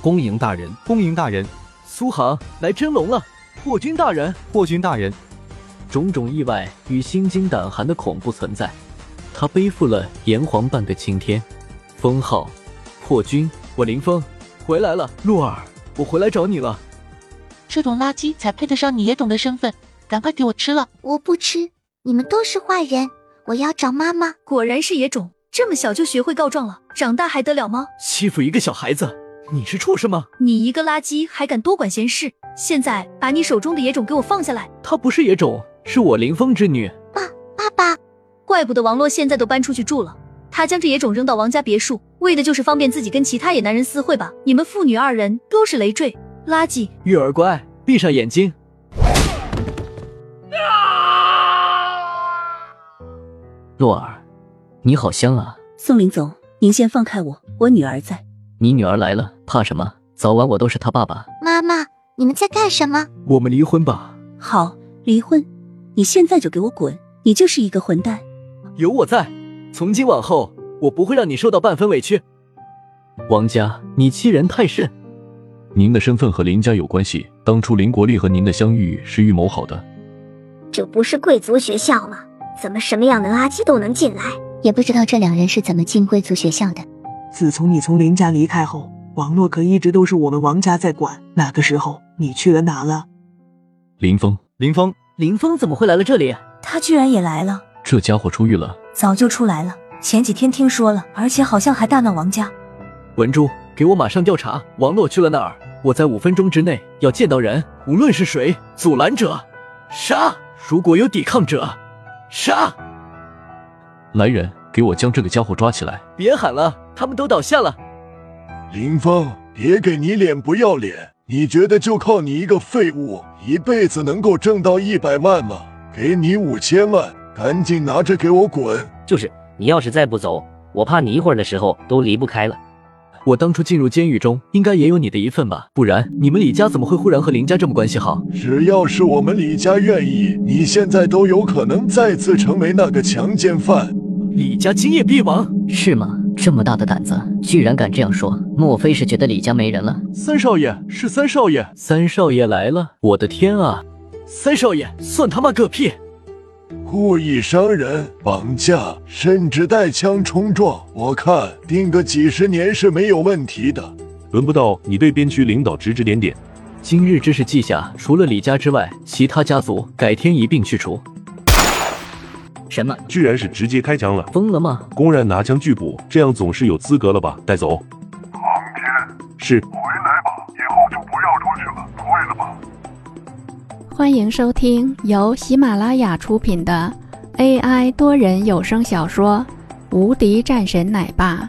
恭迎大人，恭迎大人，苏杭来真龙了，破军大人，破军大人。种种意外与心惊胆寒的恐怖存在，他背负了炎黄半个青天，封号破军。我林峰回来了，洛儿，我回来找你了。这种垃圾才配得上你野种的身份，赶快给我吃了！我不吃，你们都是坏人，我要找妈妈。果然是野种，这么小就学会告状了，长大还得了吗？欺负一个小孩子，你是畜生吗？你一个垃圾还敢多管闲事！现在把你手中的野种给我放下来！她不是野种，是我林峰之女。爸，爸爸，怪不得王洛现在都搬出去住了，他将这野种扔到王家别墅，为的就是方便自己跟其他野男人私会吧？你们父女二人都是累赘垃圾！玉儿乖，闭上眼睛。洛儿，你好香啊！宋林总，您先放开我，我女儿在。你女儿来了，怕什么？早晚我都是她爸爸。妈妈，你们在干什么？我们离婚吧。好，离婚！你现在就给我滚！你就是一个混蛋！有我在，从今往后，我不会让你受到半分委屈。王家，你欺人太甚！您的身份和林家有关系，当初林国立和您的相遇是预谋好的。这不是贵族学校吗？怎么什么样的垃圾都能进来？也不知道这两人是怎么进贵族学校的。自从你从林家离开后，王洛可一直都是我们王家在管。哪个时候你去了哪了？林峰，林峰，林峰怎么会来了这啊里？他居然也来了！这家伙出狱了？早就出来了，前几天听说了，而且好像还大闹王家。文珠，给我马上调查王洛去了哪儿！我在五分钟之内要见到人，无论是谁，阻拦者杀；如果有抵抗者，杀。来人，给我将这个家伙抓起来！别喊了，他们都倒下了。林峰，别给你脸不要脸！你觉得就靠你一个废物，一辈子能够挣到一百万吗？给你五千万，赶紧拿着给我滚！就是，你要是再不走，我怕你一会儿的时候都离不开了。我当初进入监狱中，应该也有你的一份吧？不然你们李家怎么会忽然和林家这么关系好？只要是我们李家愿意，你现在都有可能再次成为那个强奸犯。李家今夜必亡，是吗？这么大的胆子，居然敢这样说？莫非是觉得李家没人了？三少爷是三少爷，三少爷来了！我的天啊，三少爷算他妈个屁！故意伤人、绑架，甚至带枪冲撞，我看定个几十年是没有问题的。轮不到你对边区领导指指点点。今日之事记下，除了李家之外，其他家族改天一并去除。什么？居然是直接开枪了？疯了吗？公然拿枪拒捕，这样总是有资格了吧？带走。王天，是回来吧，以后就不要出去了，会了吧？欢迎收听由喜马拉雅出品的 AI 多人有声小说《无敌战神奶爸》